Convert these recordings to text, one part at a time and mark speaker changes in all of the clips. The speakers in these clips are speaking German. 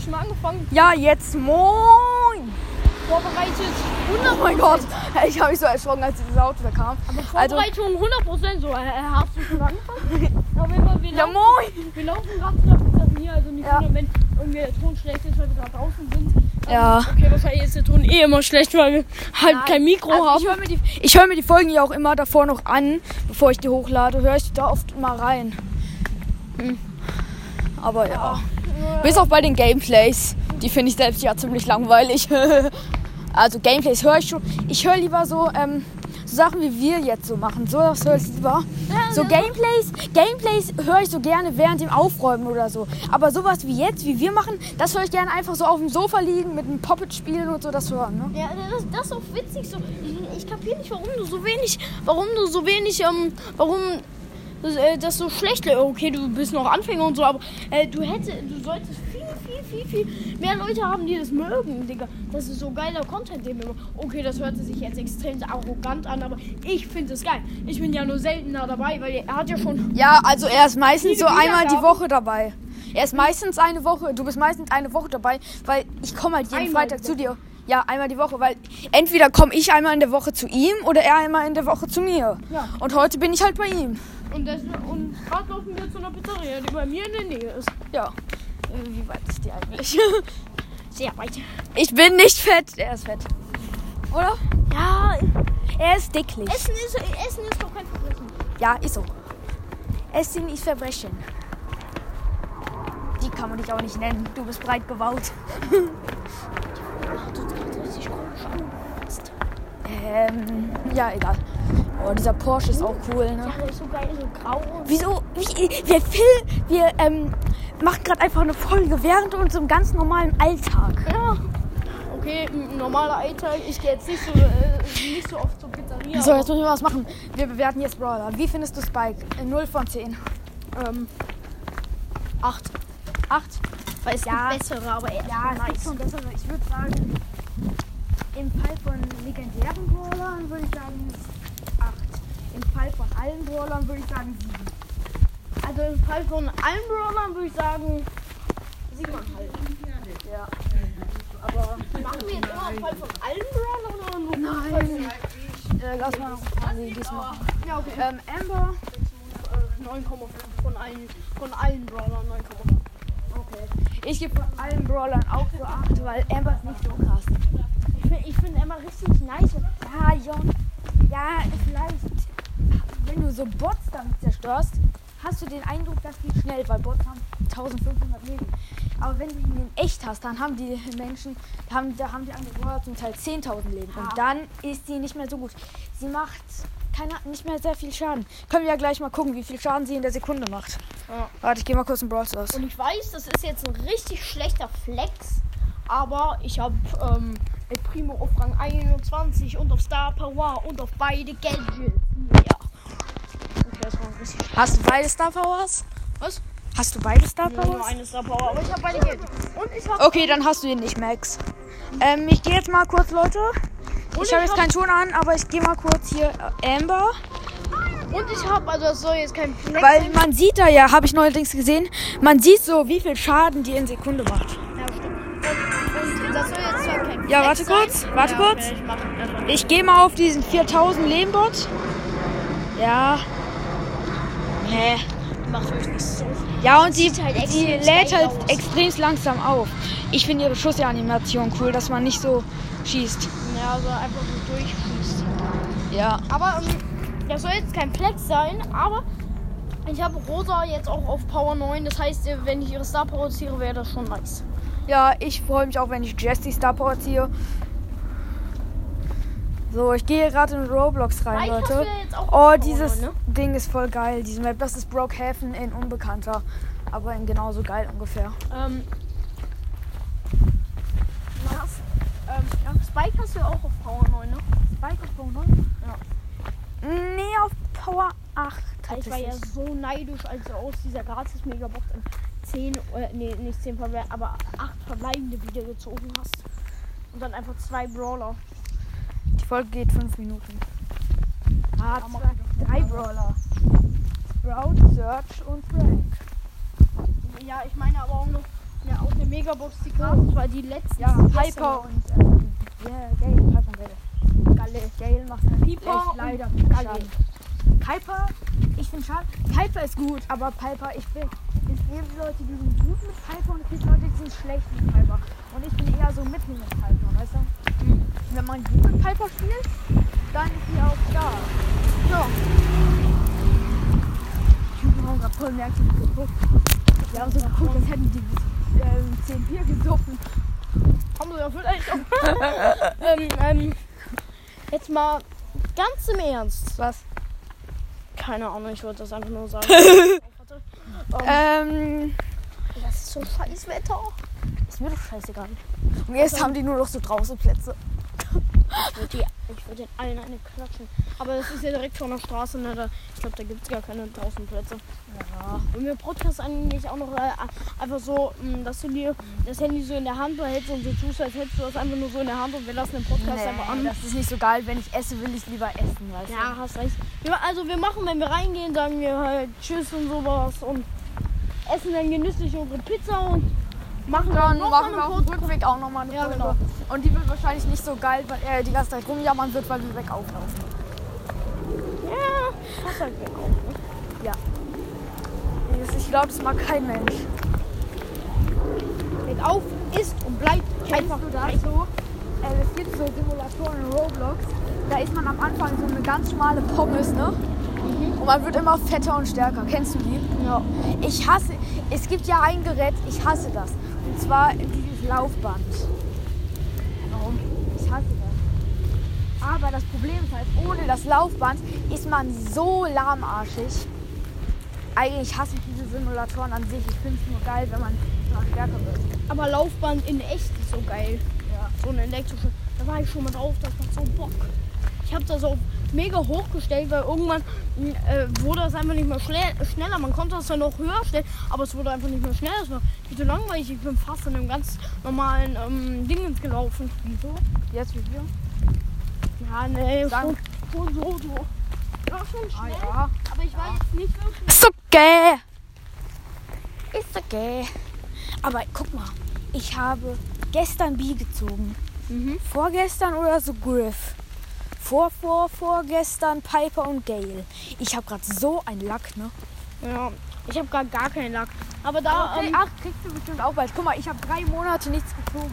Speaker 1: schon mal angefangen?
Speaker 2: Ja, jetzt moin!
Speaker 1: Vorbereitet.
Speaker 2: Oh mein Gott, ich habe mich so erschrocken, als dieses Auto da kam. Also,
Speaker 1: Vorbereitung 100% so. Äh, hast du schon angefangen? Auf jeden Fall, wir
Speaker 2: ja
Speaker 1: laufen,
Speaker 2: moin!
Speaker 1: wir laufen gerade zusammen zusammen hier, also nicht
Speaker 2: Ja.
Speaker 1: wundern, wenn irgendwie der Ton schlecht ist, weil wir gerade draußen sind.
Speaker 2: Ja.
Speaker 1: Also, okay, wahrscheinlich ist der Ton eh immer schlecht, weil wir halt kein Mikro
Speaker 2: Also,
Speaker 1: haben.
Speaker 2: ich höre mir, die- ich hör mir die Folgen ja auch immer davor noch an, bevor ich die hochlade, höre ich da oft mal rein. Hm. Aber ja. Bis auch bei den Gameplays. Die finde ich selbst ja ziemlich langweilig. also Gameplays höre ich schon. Ich höre lieber so, ähm, so Sachen wie wir jetzt so machen. So das höre ich lieber. So Gameplays, Gameplays höre ich so gerne während dem Aufräumen oder so. Aber sowas wie jetzt, wie wir machen, das höre ich gerne einfach so auf dem Sofa liegen, mit einem Poppet spielen und so das hören. Ne?
Speaker 1: Ja, das, das ist auch witzig so. Ich, ich kapiere nicht, warum du so wenig, warum du so wenig, ähm, warum das, äh, das so schlecht. Okay, du bist noch Anfänger und so, aber äh, du hättest, du solltest viel, viel, viel, viel mehr Leute haben, die das mögen, Digga. Das ist so geiler Content, den wir machen. Okay, das hört sich jetzt extrem arrogant an, aber ich finde es geil. Ich bin ja nur seltener dabei, weil er hat ja schon.
Speaker 2: Ja, also er ist meistens so
Speaker 1: Viele
Speaker 2: einmal die
Speaker 1: Wiedergaben.
Speaker 2: Woche dabei. Er ist meistens eine Woche, du bist meistens eine Woche dabei, weil ich komme halt jeden
Speaker 1: Einmal
Speaker 2: Freitag
Speaker 1: die
Speaker 2: zu dir. Ja, einmal die Woche, weil entweder komme ich einmal in der Woche zu ihm oder er einmal in der Woche zu mir.
Speaker 1: Ja.
Speaker 2: Und heute bin ich halt bei ihm.
Speaker 1: Und, das- und gerade laufen wir zu einer Pizzeria, die bei mir in der Nähe ist.
Speaker 2: Ja. Äh, Wie weit ist die eigentlich?
Speaker 1: Sehr weit.
Speaker 2: Ich bin nicht fett. Er ist fett. Oder?
Speaker 1: Ja,
Speaker 2: Er ist dicklich.
Speaker 1: Essen ist, Essen ist doch kein Verbrechen.
Speaker 2: ja, ist so. Essen ist Verbrechen. Die kann man dich auch nicht nennen. Du bist breit gebaut. Ähm, ja, egal. Oh, dieser Porsche ist auch cool, ne?
Speaker 1: Ja, der ist so geil, so grau. und-
Speaker 2: Wieso? Wie, wir Phil, wir ähm, machen gerade einfach eine Folge während unserem ganz normalen Alltag.
Speaker 1: Ja. Okay, ein normaler Alltag. Ich gehe jetzt nicht so, äh, nicht so oft zur Pizzeria.
Speaker 2: So, jetzt müssen wir was machen. Wir bewerten jetzt Brawler. Wie findest du Spike? Äh, 0 von 10.
Speaker 1: ähm, acht.
Speaker 2: 8?
Speaker 1: Weil es
Speaker 2: Ja.
Speaker 1: gibt bessere, aber er
Speaker 2: Ja,
Speaker 1: ist
Speaker 2: Ah, es gibt
Speaker 1: nice.
Speaker 2: schon bessere. Ich würde sagen, im Fall von legendären Brawlern würde ich sagen 8. Im Fall von allen Brawlern würde ich sagen
Speaker 1: Also im Fall von allen Brawlern würde ich sagen, siebeneinhalb.
Speaker 2: 7. Ja.
Speaker 1: Machen wir jetzt immer im Fall von allen Brawlern oder nur?
Speaker 2: Nein. Äh, lass mal nee, diesmal.
Speaker 1: Ja, okay.
Speaker 2: Ähm, Amber.
Speaker 1: Äh, 9,5 von allen, von allen Brawlern 9,5.
Speaker 2: Ich gebe von allen Brawlern auch so 8, weil Amber ist nicht so krass.
Speaker 1: Ich finde ich find Emma richtig nice.
Speaker 2: Ja, Jon. Ja, vielleicht. Wenn du so Bots damit zerstörst, hast du den Eindruck, dass die schnell, weil Bots haben 1500 Leben. Aber wenn du ihn in echt hast, dann haben die Menschen, haben, da haben die anderen Brawler zum Teil 10.000 Leben. Und dann ist sie nicht mehr so gut. Sie macht keine, nicht mehr sehr viel Schaden. Können wir ja gleich mal gucken, wie viel Schaden sie in der Sekunde macht.
Speaker 1: Ja.
Speaker 2: Warte, ich gehe mal kurz in Brawl Stars.
Speaker 1: Und ich weiß, das ist jetzt ein richtig schlechter Flex, aber ich habe ähm, El Primo auf Rang 21 und auf Star Power und auf beide Gadgets. Ja. Okay, das war ein bisschen
Speaker 2: Hast du beide Star Powers?
Speaker 1: Was?
Speaker 2: Hast du beide Star
Speaker 1: schade. Nur
Speaker 2: Powers?
Speaker 1: eine Star Power, aber ich habe beide Gadgets. Und ich habe
Speaker 2: Okay, dann hast du ihn nicht, Max. Ähm, ich gehe jetzt mal kurz, Leute.
Speaker 1: Und
Speaker 2: Ich habe
Speaker 1: ich
Speaker 2: jetzt
Speaker 1: hab-
Speaker 2: keinen Ton an, aber ich gehe mal kurz hier äh, Amber.
Speaker 1: und ich habe also das soll jetzt kein Flex
Speaker 2: Weil man sieht da ja, habe ich neuerdings gesehen, man sieht so, wie viel Schaden die in Sekunde macht.
Speaker 1: Ja, stimmt. Und, und das soll jetzt zwar kein Flex
Speaker 2: Ja, warte
Speaker 1: sein.
Speaker 2: kurz, warte
Speaker 1: ja,
Speaker 2: kurz.
Speaker 1: Okay, ich mach erstmal.
Speaker 2: Ich gehe mal auf diesen 4000 Lehmbot. Ja. Nee.
Speaker 1: Mach ruhig nicht so.
Speaker 2: Ja, und sie,
Speaker 1: Sieht halt
Speaker 2: sie
Speaker 1: extrem
Speaker 2: lädt
Speaker 1: schnell
Speaker 2: halt
Speaker 1: aus.
Speaker 2: extrem langsam auf. Ich finde ihre Schussanimation cool, dass man nicht so schießt.
Speaker 1: Ja, so einfach so durchschießt.
Speaker 2: Ja.
Speaker 1: Aber ähm, das soll jetzt kein Flex sein, aber ich habe Rosa jetzt auch auf Power 9. Das heißt, äh, wenn ich ihre Star Power ziehe, wäre das schon nice.
Speaker 2: Ja, ich freue mich auch, wenn ich Jesse Star Power ziehe. So, ich gehe gerade in Roblox rein,
Speaker 1: Mike hast
Speaker 2: Leute.
Speaker 1: du ja jetzt auch
Speaker 2: Oh,
Speaker 1: aufgebaut,
Speaker 2: dieses
Speaker 1: ne?
Speaker 2: Ding ist voll geil, diese Map. Das ist Brockhaven in Unbekannter. Aber in genauso geil ungefähr.
Speaker 1: Ähm, was? Ähm, ja, Spike hast du ja auch auf Power 9, ne?
Speaker 2: Spike auf Power
Speaker 1: Ja.
Speaker 2: Nee, auf Power 8.
Speaker 1: Ich war ja
Speaker 2: tatsächlich.
Speaker 1: so neidisch, als er aus dieser Gratis-Megabox an 10, äh, nee, nicht 10 Verbleibende, aber 8 Verbleibende wieder gezogen hast. Und dann einfach zwei Brawler.
Speaker 2: Die Folge geht 5 Minuten. Ah,
Speaker 1: Ja, mach
Speaker 2: zwei, drei Brawler. Sprout, Search und Frank.
Speaker 1: Ja, ich meine aber auch noch, ja, auch noch eine Megabox, die kam. Das war die letzte.
Speaker 3: Ja, Piper und ähm, yeah, Gale, Piper und Gale. Galle, Gale macht einen
Speaker 1: Piper
Speaker 3: echt
Speaker 1: und
Speaker 3: leider
Speaker 1: Galle.
Speaker 3: Schaden. Piper, ich finde schade. Piper ist gut, aber Piper, ich bin. Es gibt Leute, die sind gut mit Piper und es gibt Leute, die sind schlecht mit Piper. Und ich bin eher so mittel mit Piper, weißt du?
Speaker 1: Mhm.
Speaker 3: Wenn man gut mit Piper spielt, dann ist sie auch da. Ja. Ich habe gerade voll merkwürdig geguckt. Ich habe so geguckt, als hätten die ähm, 10 Bier gesoffen.
Speaker 1: Komm, das wird eigentlich auch. ähm, ähm, jetzt mal ganz im Ernst.
Speaker 2: Was?
Speaker 1: Keine Ahnung, ich wollte das einfach nur sagen.
Speaker 2: Ähm,
Speaker 1: das ist so scheiß Wetter. Ist mir doch scheißegal.
Speaker 2: und jetzt haben die nur noch so draußen Plätze.
Speaker 1: Ich würde würd den allen eine klatschen. Aber das ist ja direkt vor der Straße. Ne? Da, ich glaube, da gibt es gar keine draußen Plätze. Und wir Podcast eigentlich auch noch äh, einfach so, mh, dass du dir das Handy so in der Hand behältst und so tust, als hättest du das einfach nur so in der Hand und wir lassen den Podcast einfach an.
Speaker 3: das ist nicht so geil. Wenn ich esse, will ich lieber essen, weißt
Speaker 1: Ja, hast recht. Wir, also wir machen, wenn wir reingehen, sagen wir halt Tschüss und sowas und essen dann genüsslich unsere Pizza und machen
Speaker 2: Dann
Speaker 1: noch
Speaker 2: machen
Speaker 1: mal
Speaker 2: wir
Speaker 1: eine
Speaker 2: auf dem Rückweg auch nochmal eine
Speaker 1: Ja,
Speaker 2: Folge.
Speaker 1: genau.
Speaker 2: Und die wird wahrscheinlich nicht so geil, weil er die ganze Zeit rumjammern wird, weil wir weg auflaufen.
Speaker 1: Ja, hast halt weg auch. Ne?
Speaker 2: Ich glaube, das mag kein Mensch.
Speaker 1: Weg auf, isst und bleibt einfach
Speaker 3: du
Speaker 1: da.
Speaker 3: das so? Äh, es gibt so Simulatoren in Roblox. Da isst man am Anfang so eine ganz schmale Pommes, ne?
Speaker 2: Und man wird immer fetter und stärker. Kennst du die?
Speaker 1: Ja.
Speaker 2: Ich hasse, es gibt ja ein Gerät, ich hasse das. Und zwar dieses Laufband.
Speaker 3: Warum? Ich hasse das. Aber das Problem ist halt,
Speaker 2: Ohne das Laufband ist man so lahmarschig. Eigentlich hasse ich diese Simulatoren an sich. Ich finde es nur geil, wenn man, wenn man stärker wird.
Speaker 1: Aber Laufband in echt ist so geil. Ja. So eine elektrische. Da war ich schon mal drauf, das macht so Bock. Ich habe das auch mega hochgestellt, weil irgendwann mh, äh, wurde das einfach nicht mehr schle- schneller. Man konnte das dann noch höher stellen, aber es wurde einfach nicht mehr schneller. Es war viel zu langweilig. Ich bin fast in einem ganz normalen ähm, Ding gelaufen. Wieso?
Speaker 2: Jetzt wie wir?
Speaker 1: Ja, nee,
Speaker 2: Dann-
Speaker 1: schon, schon so, so. Ja, schon
Speaker 2: Ah
Speaker 1: schnell,
Speaker 2: ja.
Speaker 1: aber ich war jetzt nicht wirklich.
Speaker 2: Ist okay. Ist okay. Aber guck mal, ich habe gestern B gezogen.
Speaker 1: Mhm.
Speaker 2: Vorgestern oder so Griff. Vor, vor, vorgestern Piper und Gale. Ich habe gerade so einen Lack, ne?
Speaker 1: Ja, ich habe gar, gar keinen Lack. Aber da.
Speaker 2: Ah, Okay,
Speaker 1: ähm,
Speaker 2: ach, kriegst du bestimmt auch bald. Guck mal, ich habe drei Monate nichts gezogen.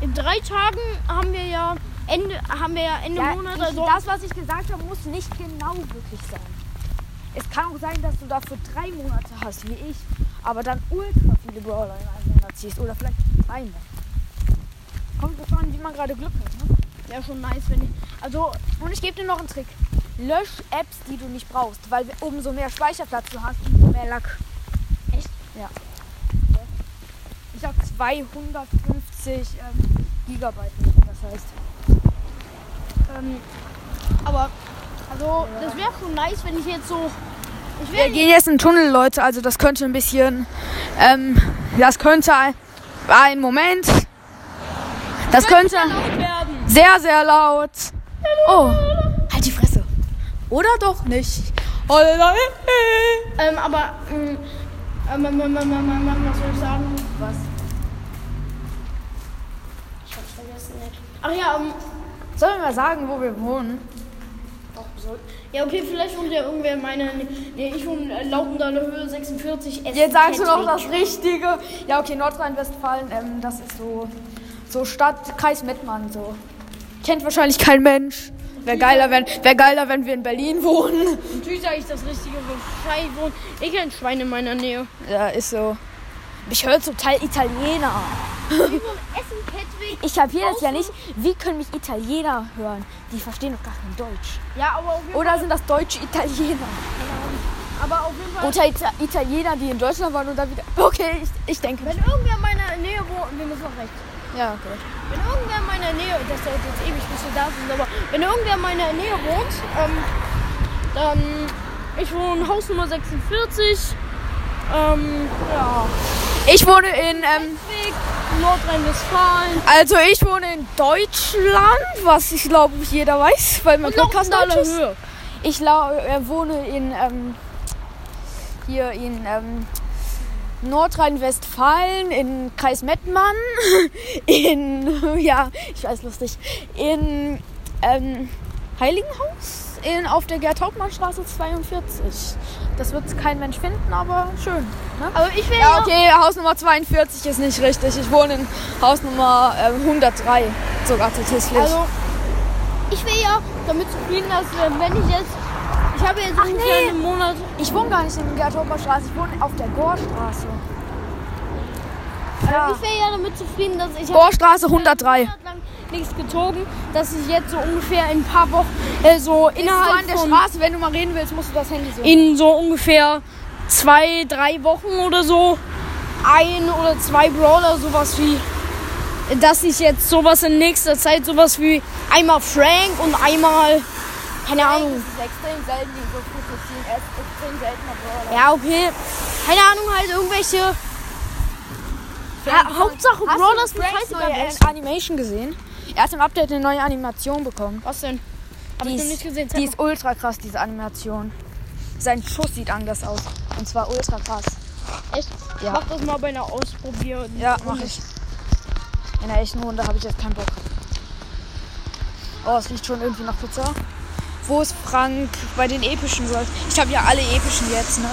Speaker 1: In drei Tagen haben wir ja Ende, haben wir ja Ende
Speaker 2: Ja,
Speaker 1: Monat.
Speaker 2: ich,
Speaker 1: Also,
Speaker 2: das, was ich gesagt habe, muss nicht genau wirklich sein. Es kann auch sein, dass du dafür drei Monate hast, wie ich, aber dann ultra viele Brawler in einem Monat ziehst. Oder vielleicht eine. Kommt drauf an, wie man gerade Glück hat. Ne?
Speaker 1: wäre schon nice, wenn ich. Also,
Speaker 2: Und ich gebe dir noch einen Trick. Lösch Apps, die du nicht brauchst, weil umso mehr Speicherplatz du hast, umso mehr Lack.
Speaker 1: Echt?
Speaker 2: Ja. Ich habe 250 ähm, Gigabyte, oder wie das heißt.
Speaker 1: ähm, aber, also, das wäre schon nice, wenn ich jetzt so. Ich
Speaker 2: Wir
Speaker 1: will.
Speaker 2: gehen jetzt in den Tunnel, Leute. Also das könnte ein bisschen, ähm, das könnte ein- ein Moment. Das könnte
Speaker 1: laut werden.
Speaker 2: sehr, sehr laut. Oh, halt die Fresse. Oder doch nicht. Holala, eh, eh.
Speaker 1: Ähm, aber, ähm, ähm, ähm, ähm, ähm, ähm, ähm, was soll ich sagen? Was? Ich hab's vergessen. ey. Ach ja, ähm,
Speaker 2: Sollen wir mal sagen, wo wir wohnen?
Speaker 1: doch, so. Ja, okay, vielleicht wohnt ja irgendwer in meiner. Nee, ich wohne in lautender Höhe 46. Essen,
Speaker 2: Jetzt sagst du noch
Speaker 1: Kettwig.
Speaker 2: das Richtige. Ja, okay, Nordrhein-Westfalen, ähm, das ist so, so Stadt, Kreis Mettmann, so. Kennt wahrscheinlich kein Mensch. Wäre geiler, wenn, wär geiler, wenn wir in Berlin wohnen.
Speaker 1: Natürlich sage ich das Richtige, wo Schei wohnt. Eh kein Schwein in meiner Nähe.
Speaker 2: Ja, ist so. Ich höre zum Teil Italiener.
Speaker 1: Essen, Kettwig.
Speaker 2: Ich kapiere das ja nicht. Wie können mich Italiener hören? Die verstehen doch gar kein Deutsch.
Speaker 1: Ja, aber auf jeden,
Speaker 2: Oder sind das deutsche Italiener?
Speaker 1: aber auf jeden Fall.
Speaker 2: Oder Ita Italiener, die in Deutschland waren und dann wieder. Okay, ich, ich denke
Speaker 1: Wenn
Speaker 2: nicht.
Speaker 1: irgendwer in meiner Nähe wohnt, wir müssen noch rechts.
Speaker 2: Ja, okay.
Speaker 1: Wenn irgendwer in meiner Nähe, das dauert jetzt ewig, bis wir da sind, aber wenn irgendwer in meiner Nähe wohnt, ähm, dann, ich wohne Haus Nummer 46, ähm, ja,
Speaker 2: Ich wohne in. Ähm,
Speaker 1: Weg, Nordrhein-Westfalen.
Speaker 2: also, ich wohne in Deutschland, was ich glaube, jeder weiß, weil mein Podcast
Speaker 1: Lautender
Speaker 2: deutsch ist.
Speaker 1: Höhe.
Speaker 2: Ich lau äh, wohne in. Ähm, hier in. Ähm, Nordrhein-Westfalen, in Kreis Mettmann, in, ja, ich weiß lustig, in ähm, Heiligenhaus, in, auf der Gerd-Hauptmann-Straße 42. Das wird kein Mensch finden, aber schön.
Speaker 1: Aber ich will
Speaker 2: Ja,
Speaker 1: noch-
Speaker 2: okay, Hausnummer 42 ist nicht richtig. Ich wohne in Hausnummer ähm, 103, sogar tatsächlich.
Speaker 1: Also, ich will ja damit zufrieden, dass äh, wenn ich jetzt. Ich habe jetzt ungefähr
Speaker 2: nee.
Speaker 1: einen Monat.
Speaker 2: ich wohne gar nicht in der Straße, ich wohne auf der Gorstraße. Ja.
Speaker 1: Ich wäre ja damit zufrieden, dass ich hab
Speaker 2: Gorstraße 103.
Speaker 1: einen Monat lang nichts gezogen, dass ich jetzt so ungefähr in ein paar Wochen, äh, so
Speaker 2: So
Speaker 1: innerhalb
Speaker 2: an der
Speaker 1: von
Speaker 2: Straße, wenn du mal reden willst, musst du das Handy so.
Speaker 1: in so ungefähr zwei, drei Wochen oder so ein oder zwei Brawler sowas wie, dass ich jetzt sowas in nächster Zeit sowas wie einmal Frank und einmal, keine Ahnung,
Speaker 3: ist extrem selten, die so früh zu ziehen. Er ist extrem seltener Brawler.
Speaker 1: ja okay, keine Ahnung, halt irgendwelche, ja, Hauptsache
Speaker 2: Hast du
Speaker 1: Brawlers mit
Speaker 2: Franks
Speaker 1: scheißegal
Speaker 2: neue
Speaker 1: welchen.
Speaker 2: Animation gesehen? Er hat im Update eine neue Animation bekommen.
Speaker 1: Was denn? Hab
Speaker 2: Die
Speaker 1: ich noch
Speaker 2: ist-
Speaker 1: nicht gesehen.
Speaker 2: Die ist ultra krass, diese Animation. Sein Schuss sieht anders aus. Und zwar ultra krass.
Speaker 1: echt?
Speaker 2: ja.
Speaker 1: Mach das mal bei einer Ausprobieren.
Speaker 2: Ja, mach ich. In der echten Runde habe ich jetzt keinen Bock. Oh, es riecht schon irgendwie nach Pizza. Wo ist Frank bei den epischen soll? Ich habe ja alle epischen jetzt, ne?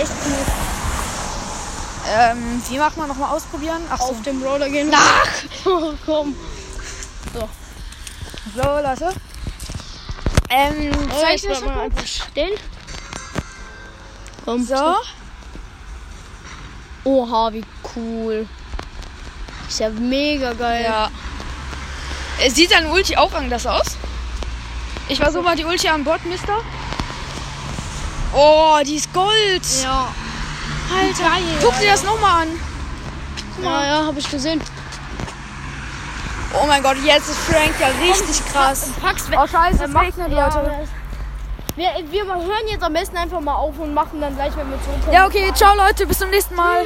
Speaker 1: Echt cool.
Speaker 2: Ähm, wie macht man nochmal ausprobieren? Ach so.
Speaker 1: Auf dem Brawler gehen. Nach! Komm.
Speaker 2: So, Leute. Ähm, soll ich das
Speaker 1: bleib Oh, mal
Speaker 2: mal
Speaker 1: einfach stehen. Komm.
Speaker 2: So.
Speaker 1: Oha, wie cool. Ist ja mega geil.
Speaker 2: Ja. Äh, Sieht dein Ulti auch anders aus? Ich versuche mal die Ulti an Bord, Mister. Oh, die ist Gold.
Speaker 1: Ja,
Speaker 2: Alter, guck dir das nochmal an.
Speaker 1: ja, ja habe ich gesehen.
Speaker 2: Oh mein Gott, jetzt ist Frank ja richtig krass.
Speaker 1: Pack's weg.
Speaker 2: Oh scheiße, es
Speaker 1: Mach-
Speaker 2: regnet,
Speaker 1: ja,
Speaker 2: Leute.
Speaker 1: das- Wir, wir hören jetzt am besten einfach mal auf und machen dann gleich, wenn wir zurückkommen.
Speaker 2: Ja, okay, ciao Leute, bis zum nächsten Mal.